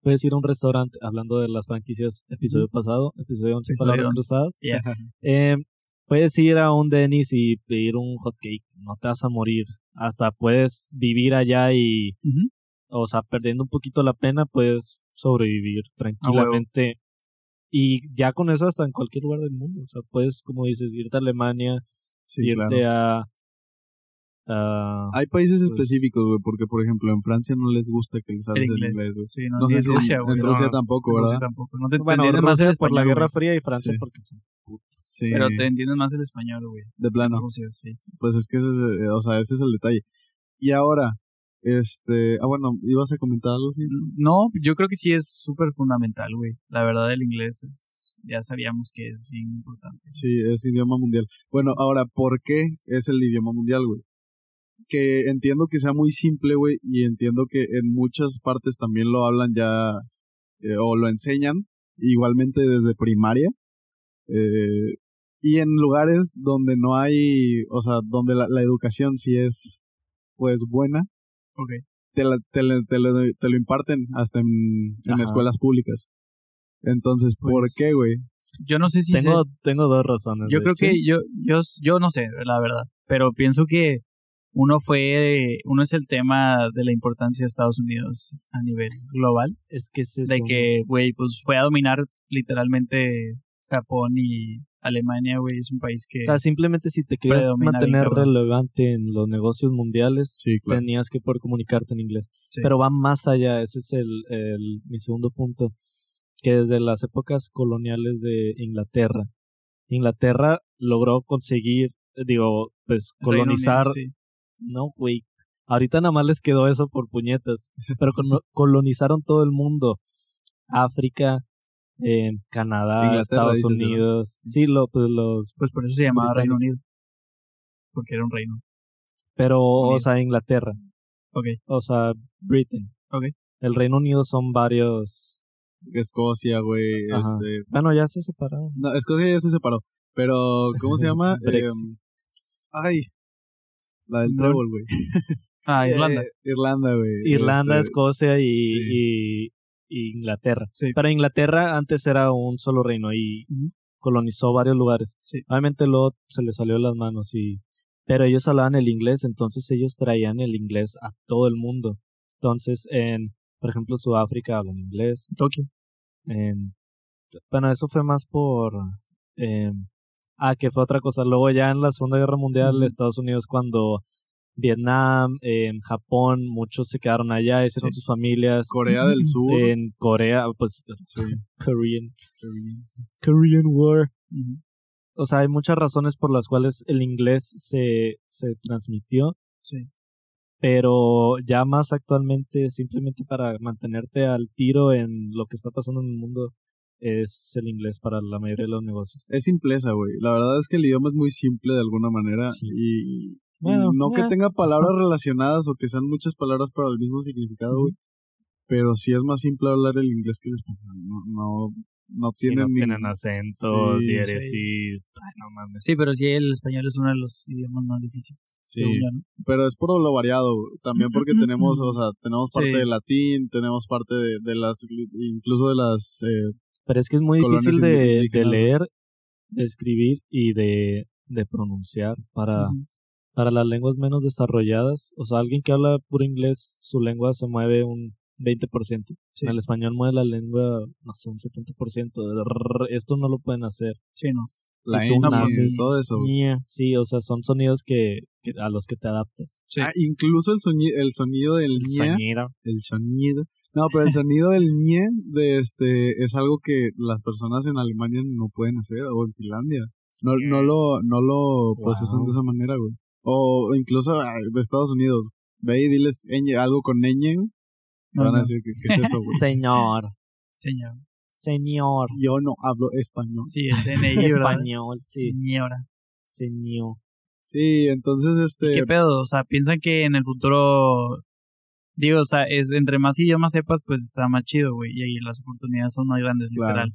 C: Puedes ir a un restaurante, hablando de las franquicias, episodio pasado, episodio 11,
B: Episodio
C: Palabras
B: 11.
C: Cruzadas.
B: Yeah.
C: Eh, puedes ir a un Denny's y pedir un hot cake, no te vas a morir. Hasta puedes vivir allá y,
B: Ujú.
C: o sea, perdiendo un poquito la pena, puedes sobrevivir tranquilamente. Y ya con eso hasta en cualquier lugar del mundo. O sea, puedes, como dices, irte a Alemania,
A: Sí,
C: irte
A: claro.
C: a... a-
A: Hay países
C: pues-
A: específicos, güey, porque por ejemplo en Francia no les gusta que les hables
B: El
A: en
B: inglés.
A: inglés, güey.
B: Sí, no,
A: No
B: ni
A: sé
B: en
A: si en-
B: Rusia,
A: en,
B: güey, no,
A: Rusia
B: no.
A: tampoco,
B: En Rusia
A: ¿verdad?
B: tampoco. No te
C: bueno,
B: entienden más el
C: Rusia
B: español,
C: por la Guerra
B: güey,
C: Fría y Francia
A: Sí.
C: porque son putos.
A: Sí,
B: Pero te entienden más el español, güey.
A: de plano.
B: Rusia, sí.
A: Pues es que ese es, eh, o sea, ese es el detalle. Y ahora, este, ah, bueno, ibas a comentar algo, sí.
B: No, yo creo que sí es súper fundamental, güey. La verdad, el inglés es... Ya sabíamos que es bien importante.
A: Sí, es idioma mundial. Bueno, ahora, ¿por qué es el idioma mundial, güey? Que entiendo que sea muy simple, güey, y entiendo que en muchas partes también lo hablan ya eh, o lo enseñan, igualmente desde primaria. eh, y en lugares donde no hay, o sea, donde la, la educación sí es, pues, buena,
B: Ok.
A: te, la- te, la- te lo- te lo imparten hasta en, en
C: Ajá.
A: escuelas públicas. Entonces, ¿por
C: Pues,
A: qué, güey?
B: Yo no sé si... se-
C: Tengo, tengo dos razones.
B: Yo
C: de
B: creo
C: hecho.
B: que yo, yo, yo no sé, la verdad, pero pienso que uno fue, uno es el tema de la importancia de Estados Unidos a nivel global,
C: Es que es
B: de
C: eso.
B: que, güey, pues fue a dominar literalmente Japón y Alemania, güey, es un país que...
C: O sea, simplemente si te querías
B: predomina bien,
C: mantener
B: cabrón.
C: relevante en los negocios mundiales,
A: Sí, claro.
C: tenías que poder comunicarte en inglés.
B: Sí.
C: Pero va más allá, ese es el, el- mi segundo punto, que desde las épocas coloniales de Inglaterra, Inglaterra logró conseguir, eh, digo, pues
B: Reino
C: colonizar,
B: Unido, sí.
C: no, güey, ahorita nada más les quedó eso por puñetas, pero cono- colonizaron todo el mundo, África, eh, Canadá,
A: Inglaterra,
C: Estados
A: dices, ¿no?
C: Unidos, sí, lo, pues los
B: Pues por eso se llamaba
C: Británico.
B: Reino Unido, porque era un reino.
C: Pero,
B: Unido.
C: o sea, Inglaterra.
B: Ok.
C: O sea, Britain.
B: Ok.
C: El Reino Unido son varios.
A: Escocia, güey,
C: Ajá.
A: este,
C: Bueno, ya se separaron.
A: No, Escocia ya se separó. Pero, ¿cómo
C: (laughs)
A: se llama?
C: Brexit.
A: Em, ay. La del
B: No.
A: trébol, güey.
B: Ah, Irlanda.
A: Eh, Irlanda, güey.
C: eh, Irlanda,
A: Este,
C: Escocia y,
A: sí.
C: y- y Inglaterra.
B: Sí.
C: Pero Inglaterra antes era un solo reino y
B: Ujú.
C: colonizó varios lugares.
B: Sí.
C: Obviamente luego se les salió de las manos y... Pero ellos hablaban el inglés, entonces ellos traían el inglés a todo el mundo. Entonces, en, por ejemplo, Sudáfrica hablan inglés,
B: Tokio.
C: en- em, bueno, eso fue más por... eh, ah, que fue otra cosa. Luego ya en la Segunda Guerra Mundial,
B: Ujú.
C: Estados Unidos cuando Vietnam, en Japón, muchos se quedaron allá, hicieron
B: Sí.
C: sus familias.
A: Corea del Sur.
C: En Corea, pues
A: Sí,
C: Korean,
A: Korean.
C: Korean War.
B: Ujú.
C: O sea, hay muchas razones por las cuales el inglés se, se transmitió.
B: Sí.
C: Pero ya más actualmente, simplemente para mantenerte al tiro en lo que está pasando en el mundo, es el inglés para la mayoría de los negocios.
A: Es simpleza, güey. La verdad es que el idioma es muy simple de alguna manera.
C: Sí.
A: Y, y
C: Bueno,
A: no que
C: eh. (laughs)
A: tenga palabras relacionadas o que sean muchas palabras para el mismo significado, güey. Pero sí es más simple hablar el inglés que el español. No, no, no
C: Si
A: tienen
C: no
A: ni-
C: tienen acento,
A: Sí,
C: diéresis, ay, no mames.
B: Sí, pero sí, el español es uno de los idiomas más difíciles.
A: Sí.
B: según yo, ¿no?
A: pero es por lo variado, güey. también porque tenemos, o sea, tenemos parte
B: Sí.
A: de latín, tenemos parte de, de las, incluso de las, eh,
C: Pero es que es muy
A: Colonias
C: difícil de, de
A: indígenas, ¿no?
C: leer, de escribir y de, de pronunciar para,
B: Ujú.
C: para las lenguas menos desarrolladas. O sea, alguien que habla puro inglés, su lengua se mueve un 20%.
B: Sí.
C: En el español mueve la lengua, no sé, un 70%. Esto no lo pueden hacer.
B: Sí, no.
A: La
C: Y tú
A: N
C: naces.
A: y todo eso. güey.
C: Ñe, Sí, o sea, son sonidos que, que- a los que te adaptas.
B: Sí.
A: Ah, incluso el sonido, el sonido del
C: El
A: ñe,
C: sañero.
A: el sonido. No, pero (laughs) el sonido del ñe de este es algo que las personas en Alemania no pueden hacer o en Finlandia. No, no lo no lo procesan
C: Wow.
A: de esa manera, güey. O incluso ah, de Estados Unidos. Ve y diles ñe, algo con ñe, güey. y Van a
B: Ajá.
A: decir que qué es eso, (laughs) güey.
C: Señor.
B: Señor.
C: Señor.
A: Yo no hablo español.
B: Sí, es
C: (laughs)
B: NI, ¿verdad?
C: Español, sí.
B: Ñebra.
C: Señor.
A: Sí, entonces este
B: ¿Qué pedo? O sea, piensan que en el futuro. Digo, o sea, es, entre más idiomas sepas, pues está más chido, güey. Y ahí las oportunidades son más grandes,
A: Claro.
B: literal.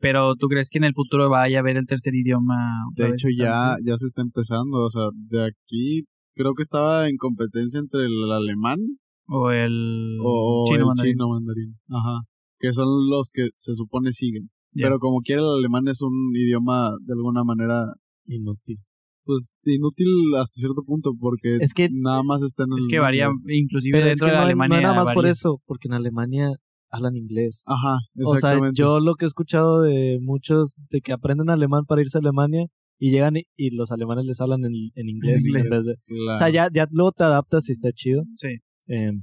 B: Pero ¿tú crees que en el futuro vaya a haber el tercer idioma? otra
A: De
B: vez
A: hecho, ya,
B: establecido?
A: ya se está empezando. O sea, de aquí creo que estaba en competencia entre el alemán
B: O el
A: o
B: chino
A: el
B: mandarín.
A: chino mandarín. Ajá. Que son los que se supone siguen.
B: Ya.
A: Pero como quiera, el alemán es un idioma de alguna manera,
C: Inútil.
A: pues inútil hasta cierto punto, porque
C: Es que-
A: nada más está en el.
B: Es que varía,
A: nombre.
B: inclusive
C: Pero es
B: dentro
C: que
B: de
C: no,
B: Alemania.
C: no nada más por
B: varía.
C: eso, porque en Alemania hablan inglés.
A: Ajá,
C: o sea,
A: exactamente.
C: yo lo que he escuchado de muchos de que aprenden alemán para irse a Alemania y llegan y, y los alemanes les hablan en, en inglés. en vez de-
A: Claro.
C: O sea, ya, ya luego te adaptas y está chido.
B: Sí.
C: em,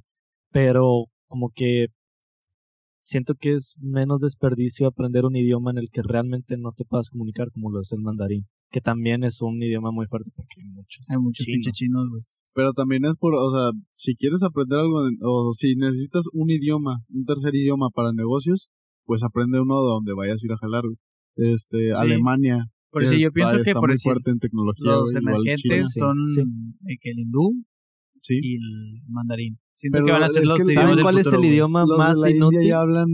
C: pero como que siento que es menos desperdicio aprender un idioma en el que realmente no te puedas comunicar, como lo es el mandarín, que también es un idioma muy fuerte porque hay muchos.
B: Hay muchos
C: chinos.
B: pinches chinos, güey.
A: Pero también es por, o sea, si quieres aprender algo en- o si necesitas un idioma, un tercer idioma para negocios, pues aprende uno de donde vayas a ir a jalar. güey. Este,
B: Sí.
A: Alemania.
B: Por eso
A: es-
B: yo pienso
A: está
B: que por
A: muy
B: decir,
A: fuerte en tecnología,
B: los
A: güey, igual China.
B: emergentes
C: sí,
B: son
C: sí.
B: eh, que el hindú
A: Sí.
B: y el mandarín. Siento
A: Pero
B: que van a ser
A: es
B: los
A: que
B: idiomas
C: ¿Saben
B: del
C: cuál es
B: futuro,
C: el
B: güey.
C: idioma
A: Los
C: Ah, más
A: de la
C: inútil?
A: India ya hablan,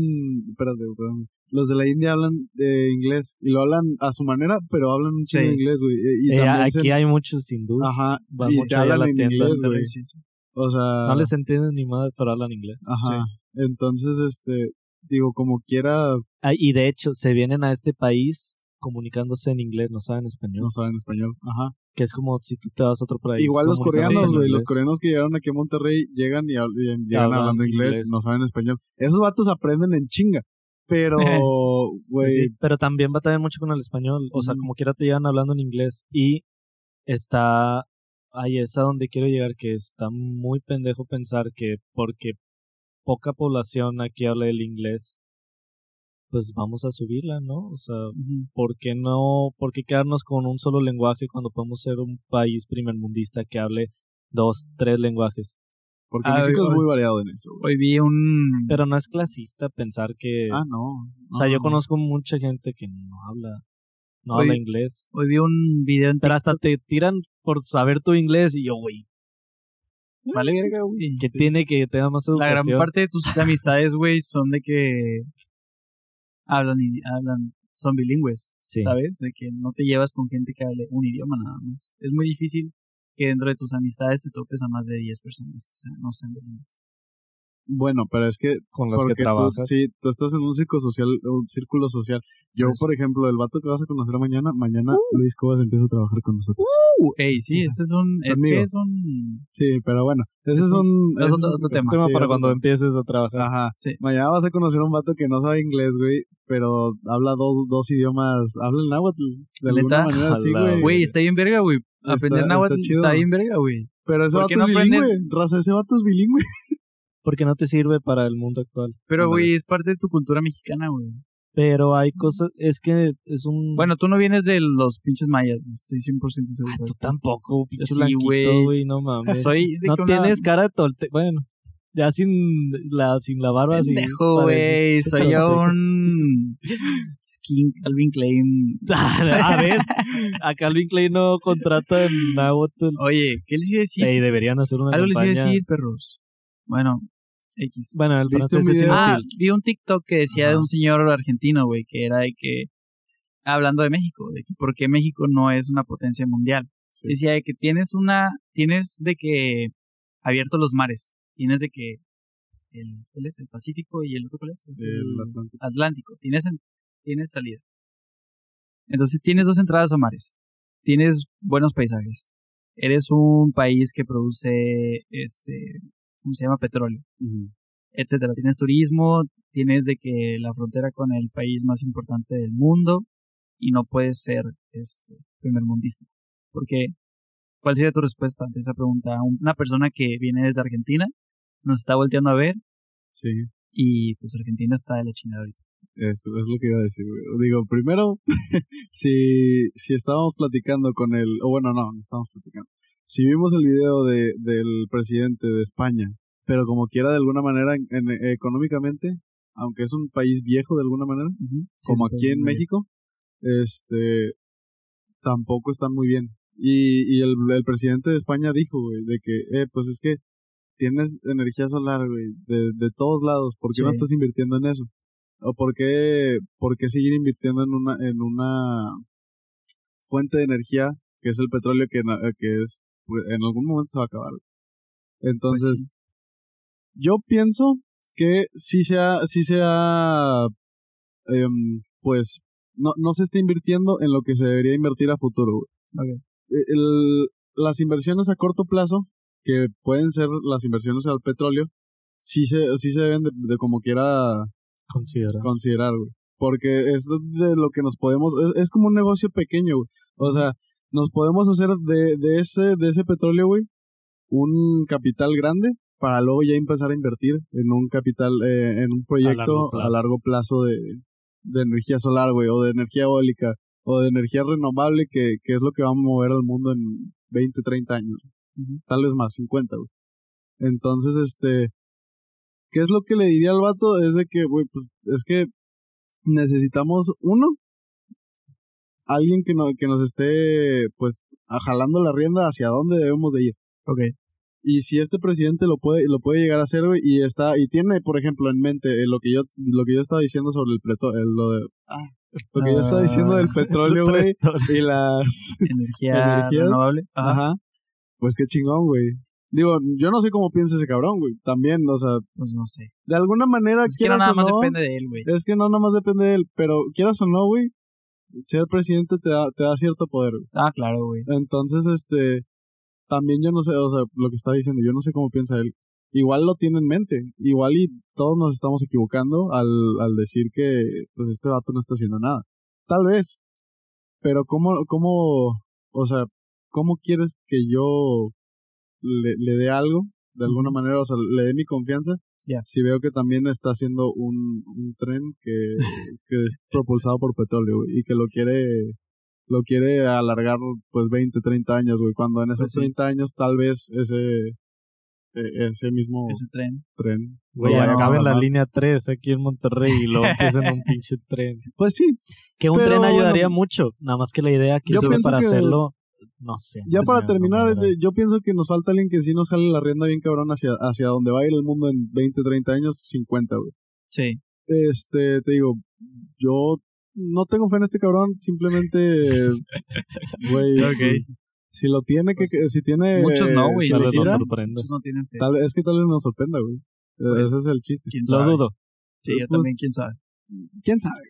A: espérate, perdón. Los de la India hablan de inglés y lo hablan a su manera, pero hablan un chingo
B: Sí.
A: de inglés, güey. Y, y
C: Eh,
A: también
C: aquí
A: se-
C: hay muchos hindúes.
A: ajá,
C: vas
A: y
C: mucho
A: te
C: allá a
A: hablan
C: la
A: en
C: tienda,
A: inglés,
B: Sí,
A: güey.
B: sí, sí.
A: O sea,
C: No les entienden ni madre, pero hablan inglés.
A: ajá. Entonces, este, digo, como quiera,
C: Ah, y de hecho, se vienen a este país comunicándose en inglés, no saben español.
A: no saben español. Ajá.
C: Que es como si tú te vas a otro país.
A: Igual los
C: comunicándote
A: coreanos,
C: en
A: güey. Los
C: inglés.
A: coreanos que llegaron aquí a Monterrey llegan y, habl- y llegan
C: hablan
A: hablando inglés,
C: inglés.
A: no saben español. Esos vatos aprenden en chinga. Pero,
C: (laughs)
A: güey,
C: Sí, pero también batallan mucho con el español. O sea,
A: Ujú.
C: como quiera te llevan hablando en inglés. Y está. Ahí es a donde quiero llegar, que está muy pendejo pensar que porque poca población aquí habla el inglés, pues vamos a subirla, ¿no? O sea,
B: Ujú.
C: ¿por qué no? ¿Por qué quedarnos con un solo lenguaje cuando podemos ser un país primermundista que hable dos, tres lenguajes?
A: porque
B: Ah,
A: México
B: hoy-
A: es muy variado en eso, güey.
B: Hoy vi un...
C: Pero no es clasista pensar que.
A: Ah, no.
C: o sea,
A: no,
C: yo
A: no.
C: conozco mucha gente que no habla. No
B: Oye,
C: habla inglés.
B: Hoy vi un video en
C: Pero hasta te tiran por saber tu inglés y yo, güey,
B: TikTok, vale, verga, güey.
C: ¿qué
B: Sí.
C: tiene que tenga más
B: La
C: educación?
B: gran parte de tus
A: (laughs)
B: amistades, güey, son de que hablan y hablan, son bilingües,
C: Sí.
B: ¿sabes? De que no te llevas con gente que hable un idioma nada más. Es muy difícil que dentro de tus amistades te topes a más de 10 personas que sean- no sean bilingües.
A: Bueno, pero es que
C: Con las
A: porque
C: que
A: tú-
C: trabajas.
A: sí, tú estás en un círculo social, un círculo social. Yo,
B: Pues-
A: por ejemplo, el vato que vas a conocer mañana, mañana Luis Cobas empieza a trabajar con nosotros.
B: Uh, ey, sí, ese es un... Es
A: Conmigo.
B: que es un...
A: Sí, pero bueno, ese
B: Uh. Es
A: es un...
B: es
A: ese
B: otro-
A: un-
B: otro tema.
C: Tema
A: sí,
C: para
A: otro
C: cuando empieces a trabajar.
A: Ajá.
B: Sí.
A: Mañana vas a conocer a un vato que no sabe inglés, güey, pero habla dos, dos idiomas. Habla el náhuatl. De alguna
B: ¿Neta?
A: manera, sí,
C: Ojalá,
A: güey.
B: Güey, está bien verga, güey.
A: Está-
B: Aprender
A: está
B: náhuatl
A: chido.
B: está bien verga, güey.
A: Pero ese
B: ¿por
A: vato
B: qué
A: es
B: no
A: bilingüe.
B: aprenden?
A: Raza, ese vato es bilingüe.
C: Porque no te sirve para el mundo actual.
B: Pero,
A: Ándale.
B: güey, es parte de tu cultura mexicana, güey.
C: Pero hay cosas. Es que es un.
B: Bueno, tú no vienes de los pinches mayas, güey, estoy 100% seguro.
C: Ay, tú tampoco, pinche
B: Sí, güey.
C: blanquito, güey, no mames.
B: Soy de
C: no
B: que una-
C: tienes cara de tolte. Bueno, ya sin la, sin la barba, así.
B: Pendejo,
C: (laughs)
B: güey.
C: pareces
B: Soy yo
C: tolteca.
B: un skin Calvin Klein.
C: Ah, ¿ves?
B: (laughs)
C: A Calvin Klein no contratan náhuatl.
B: Oye, ¿qué les iba a decir?
C: Ey, deberían hacer una
B: Algo les
C: campaña.
B: iba a decir, perros. Bueno, X.
C: Bueno, el
A: ¿Viste un
C: francés es
A: video?
B: Ah,
C: inútil.
B: vi un TikTok que decía
C: Ajá.
B: de un señor argentino, güey, que era de que hablando de México, de que por qué México no es una potencia mundial.
A: Sí.
B: Decía de que tienes una tienes de que abierto los mares, tienes de que el ¿cuál es? El Pacífico y el otro cuál es? Es el- Atlántico. Tienes, en- tienes salida. Entonces tienes dos entradas a mares. Tienes buenos paisajes. Eres un país que produce, este, ¿cómo se llama? Petróleo, etcétera. Tienes turismo, tienes de que la frontera con el país más importante del mundo y no puedes ser este, primermundista. Porque, ¿cuál sería tu respuesta ante esa pregunta? Una persona que viene desde Argentina nos está volteando a ver
A: Sí,
B: y pues Argentina está de la chingada ahorita.
A: es, es lo que iba a decir. güey. Digo, primero, (laughs) si, si estábamos platicando con el... O bueno, no, no estábamos platicando. Si vimos el video de, del presidente de España, pero como quiera de alguna manera en- en- económicamente, aunque es un país viejo de alguna manera, como
B: Sí,
A: aquí en
B: muy bien.
A: México, este, tampoco están muy bien. Y, y el, el presidente de España dijo, güey, de que, eh, pues es que tienes energía solar, güey, de, de todos lados, ¿por qué no
B: Sí.
A: estás invirtiendo en eso? ¿O por qué, por qué seguir invirtiendo en una, en una fuente de energía que es el petróleo que, na- eh, que es, pues, en algún momento se va a acabar? güey? Entonces,
B: Pues sí.
A: yo pienso que sí sea, sí sea, em, pues, no, no se está invirtiendo en lo que se debería invertir a futuro. güey. E, El- las inversiones a corto plazo, que pueden ser las inversiones al petróleo, sí se, sí se deben de, de como quiera
C: Considera.
A: considerar, güey. Porque es de lo que nos podemos, es, es como un negocio pequeño, güey. O sea, nos podemos hacer de, de ese, de ese petróleo, güey, un capital grande para luego ya empezar a invertir en un capital, eh, en un proyecto a largo plazo,
C: plazo.
A: de, de energía solar, güey, o de energía eólica, o de energía renovable, que, que es lo que va a mover al mundo en 20, 30 años. Tal vez más, 50, güey. Entonces, este, ¿qué es lo que le diría al vato? Es de que, güey, pues es que necesitamos uno, alguien que, no, que nos esté, pues, jalando la rienda hacia dónde debemos de ir.
B: Ok.
A: Y si este presidente lo puede, lo puede llegar a hacer, güey, y está, y tiene, por ejemplo, en mente eh, lo que yo, lo que yo estaba diciendo sobre el petróleo, lo de, ah, lo que yo estaba diciendo del
B: (laughs)
A: petróleo, güey, y las,
B: (laughs) Energía
A: Energías.
B: renovable. Ah, Ajá.
A: ajá, pues qué chingón, güey. Digo, yo no sé cómo piensa ese cabrón, güey, también, o sea,
B: Pues no sé.
A: de alguna manera,
B: Es que no,
A: quieras
B: nada
A: o
B: más
A: no,
B: depende de él, güey.
A: es que no, nada más depende de él, pero quieras o no, güey, ser presidente te da, te da cierto poder, güey.
B: Ah, claro, güey.
A: Entonces, este, también yo no sé, o sea, lo que está diciendo, yo no sé cómo piensa él. Igual lo tiene en mente, igual y todos nos estamos equivocando al, al decir que, pues, este vato no está haciendo nada. Tal vez, pero ¿cómo, cómo, o sea, cómo quieres que yo le, le dé algo, de alguna manera, o sea, le dé mi confianza?
B: Ya.
A: Si veo que también está haciendo un, un tren
C: (laughs)
A: que, que es propulsado por petróleo güey, y que lo quiere lo quiere alargar pues 20, 30 años, güey, cuando en esos
B: Pues sí.
A: 30 años tal vez ese e- ese mismo
B: Ese tren.
A: tren
C: Güey,
A: lo vaya a
C: acaba en
A: gastar
C: la
A: más.
C: línea 3 aquí en Monterrey y luego empiezan
A: (laughs)
C: un pinche tren.
A: Pues sí,
C: Que un
A: Pero
C: tren ayudaría
A: bueno.
C: mucho. Nada más que la idea que
A: Yo
C: sube
A: pienso
C: para
A: que-
C: hacerlo, no sé.
A: ya
C: no sé,
A: para
C: no
A: terminar,
C: manera.
A: eh, yo pienso que nos falta alguien que sí nos jale la rienda bien cabrón hacia hacia donde va a ir el mundo en 20, 30 años, 50, güey.
B: Sí.
A: Este, te digo, yo no tengo fe en este cabrón,
B: (laughs)
A: simplemente güey.
B: Ok.
A: si- Si lo tiene que
B: Pues,
A: que- si tiene
B: muchos no, güey,
A: si
C: Tal
A: le
C: vez nos
A: gira,
C: sorprenda.
B: Muchos no tienen fe.
A: tal- es que tal vez nos sorprenda, güey. Eh,
B: Pues,
A: Ese es el chiste.
B: ¿Quién
C: Lo
B: sabe?
C: dudo.
B: Sí, yo
A: Pues-
B: también, quién sabe.
A: ¿Quién sabe?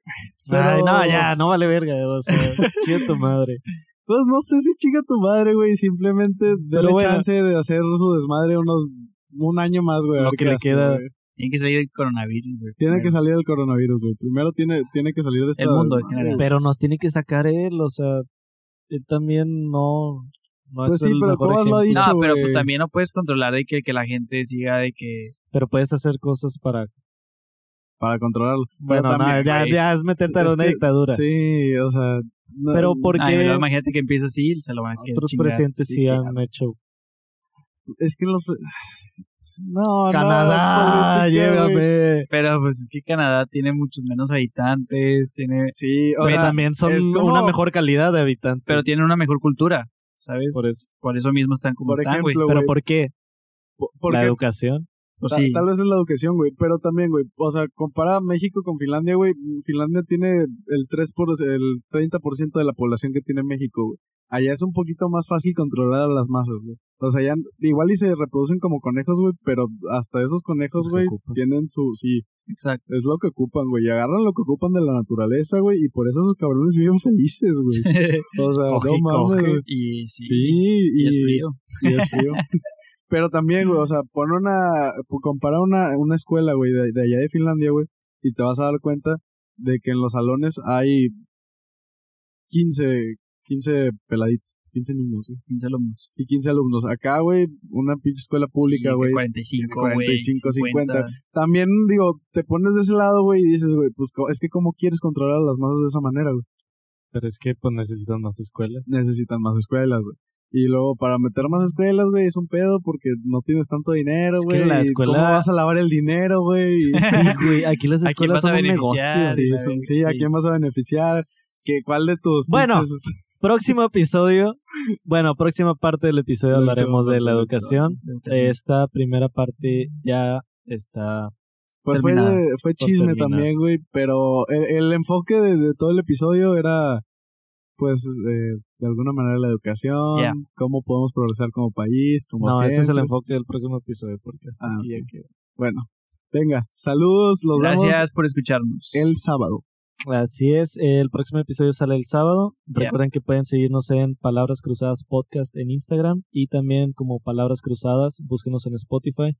A: Pero-
C: Ay, no, ya, no vale verga.
A: (laughs)
C: O sea, chido tu madre.
A: Pues no sé si chica tu madre, güey. Simplemente dale
C: bueno.
A: chance de hacer su desmadre unos un año más, güey. a
C: Lo
A: ver
C: que
A: qué
C: le
A: hace,
C: queda.
A: güey.
B: Tiene que salir el coronavirus, güey.
A: Tiene
B: primero.
A: que salir el coronavirus, güey. Primero tiene, tiene que salir de esta
B: El mundo en
A: madre,
B: general.
A: güey.
C: Pero nos tiene que sacar él, o sea, él también no, no
A: Pues
C: es
A: sí,
C: el
A: pero
C: mejor
A: Cobas lo ha
C: ejemplo.
A: dicho.
B: No, pero
A: güey.
B: pues también no puedes controlar de que, que la gente siga de que...
C: Pero puedes hacer cosas para...
A: Para controlarlo.
C: Bueno,
A: también,
C: nada, ya,
B: güey,
C: ya es meterte en
A: es
C: una
A: que-
C: dictadura.
A: Sí, o sea. no-
C: Pero porque
B: Ay, luego imagínate que empieza así, se lo van a que
C: otros
B: chingar.
C: presidentes
B: Sí,
C: sí
B: claro.
C: han hecho...
A: Es que los. No,
C: Canadá,
A: no, pues, güey.
C: llévame.
B: Pero pues es que Canadá tiene muchos menos habitantes, tiene...
A: Sí, o
C: Pero
A: sea.
C: también son
A: es como-
C: una mejor calidad de habitantes.
B: Pero tienen una mejor cultura, ¿sabes?
C: Por eso.
B: Por eso mismo están como
A: Por
B: están, güey.
A: ejemplo,
C: ¿Pero
A: güey,
C: por qué?
A: po- porque
C: ¿La educación?
B: Pues
A: Ta-
B: sí,
A: Tal vez es la educación, güey. Pero también, güey. O sea, compara México con Finlandia, güey. Finlandia tiene el 3 por, el 30% de la población que tiene México, güey. Allá es un poquito más fácil controlar a las masas, güey. O sea, ya igual y se reproducen como conejos, güey. Pero hasta esos conejos,
C: Lo
A: güey,
C: que ocupan.
A: tienen su. Sí,
B: exacto.
A: es lo que ocupan, güey. Y agarran lo que ocupan de la naturaleza, güey. Y por eso esos cabrones viven felices, güey.
B: (laughs)
A: O sea,
C: Coge
A: Eh, no
C: y
A: mames,
C: coge.
A: güey.
B: y sí,
A: Sí,
B: y
A: y,
B: es frío.
A: y es frío. Pero también, güey, o sea, pon una, compara una, una escuela, güey, de, de allá de Finlandia, güey, y te vas a dar cuenta de que en los salones hay 15, 15 peladitos, 15 niños, güey.
B: 15 alumnos.
A: Y 15 alumnos. Acá, güey, una pinche escuela pública,
B: Sí,
A: güey.
B: 45, güey.
A: 45,
B: 50.
A: También, digo, te pones de ese lado, güey, y dices, güey, pues co- es que cómo quieres controlar a las masas de esa manera, güey.
C: Pero es que pues necesitan
B: (laughs)
C: más escuelas.
A: Necesitan más escuelas, güey. Y luego, para meter más escuelas, güey, es un pedo porque no tienes tanto dinero,
C: Es que
A: güey.
C: la
A: y
C: escuela-
A: ¿Cómo vas a lavar el dinero,
C: (laughs)
A: güey? Y-
C: Sí, güey, aquí las
B: Aquí
C: escuelas
B: vas a
C: son un
B: beneficiar,
C: negocio.
A: Sí,
B: la
A: son-
B: verga,
A: sí, ¿a
B: sí.
A: quién vas a beneficiar? ¿Qué, ¿Cuál de tus
C: Bueno,
A: pinches-
C: Próximo episodio. Bueno, próxima parte del episodio
A: Próxima
C: hablaremos de
A: parte
C: la
A: del
C: educación.
B: Eh,
C: Esta primera parte ya está.
A: Pues fue,
C: terminada,
A: de- fue chisme
C: terminada.
A: también, güey, pero el, el enfoque de, de todo el episodio era, pues, eh, de alguna manera la educación,
B: Ya.
A: cómo podemos progresar como país, como
C: No, ese es el
A: siempre.
C: enfoque del próximo episodio porque hasta
A: Ah,
C: aquí ya quedó.
A: Bueno, venga, saludos, los vemos
B: Gracias por escucharnos.
A: el sábado.
C: Así es, el próximo episodio sale el sábado.
B: Ya.
C: Recuerden que pueden seguirnos en Palabras Cruzadas Podcast en Instagram y también como Palabras Cruzadas, búsquenos en Spotify.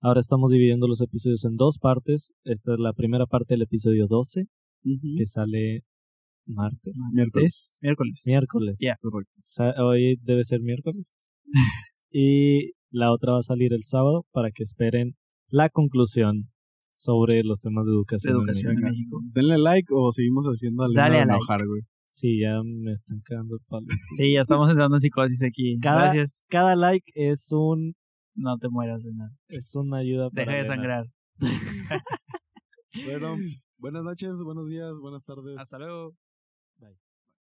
C: Ahora estamos dividiendo los episodios en dos partes. Esta es la primera parte del episodio 12 que sale martes,
A: Miércoles.
B: Martes, miércoles.
C: miércoles.
B: Ya.
A: Correcto.
C: Sa- Hoy debe ser miércoles. (laughs) y la otra va a salir el sábado para que esperen la conclusión sobre los temas de
B: de
C: educación. en
B: educación en
C: México.
B: México.
A: Denle like o seguimos haciendo a Lena
B: Dale a
A: enojar, güey.
C: Sí, ya me están quedando palos.
B: Sí, ya estamos entrando en psicosis aquí.
C: Cada-
B: Gracias.
C: Cada like es un
B: No te mueras, Leonardo.
C: es una ayuda para
B: Deja de
C: Elena.
B: sangrar.
A: Bueno, buenas noches, buenos días, buenas tardes.
B: Hasta luego.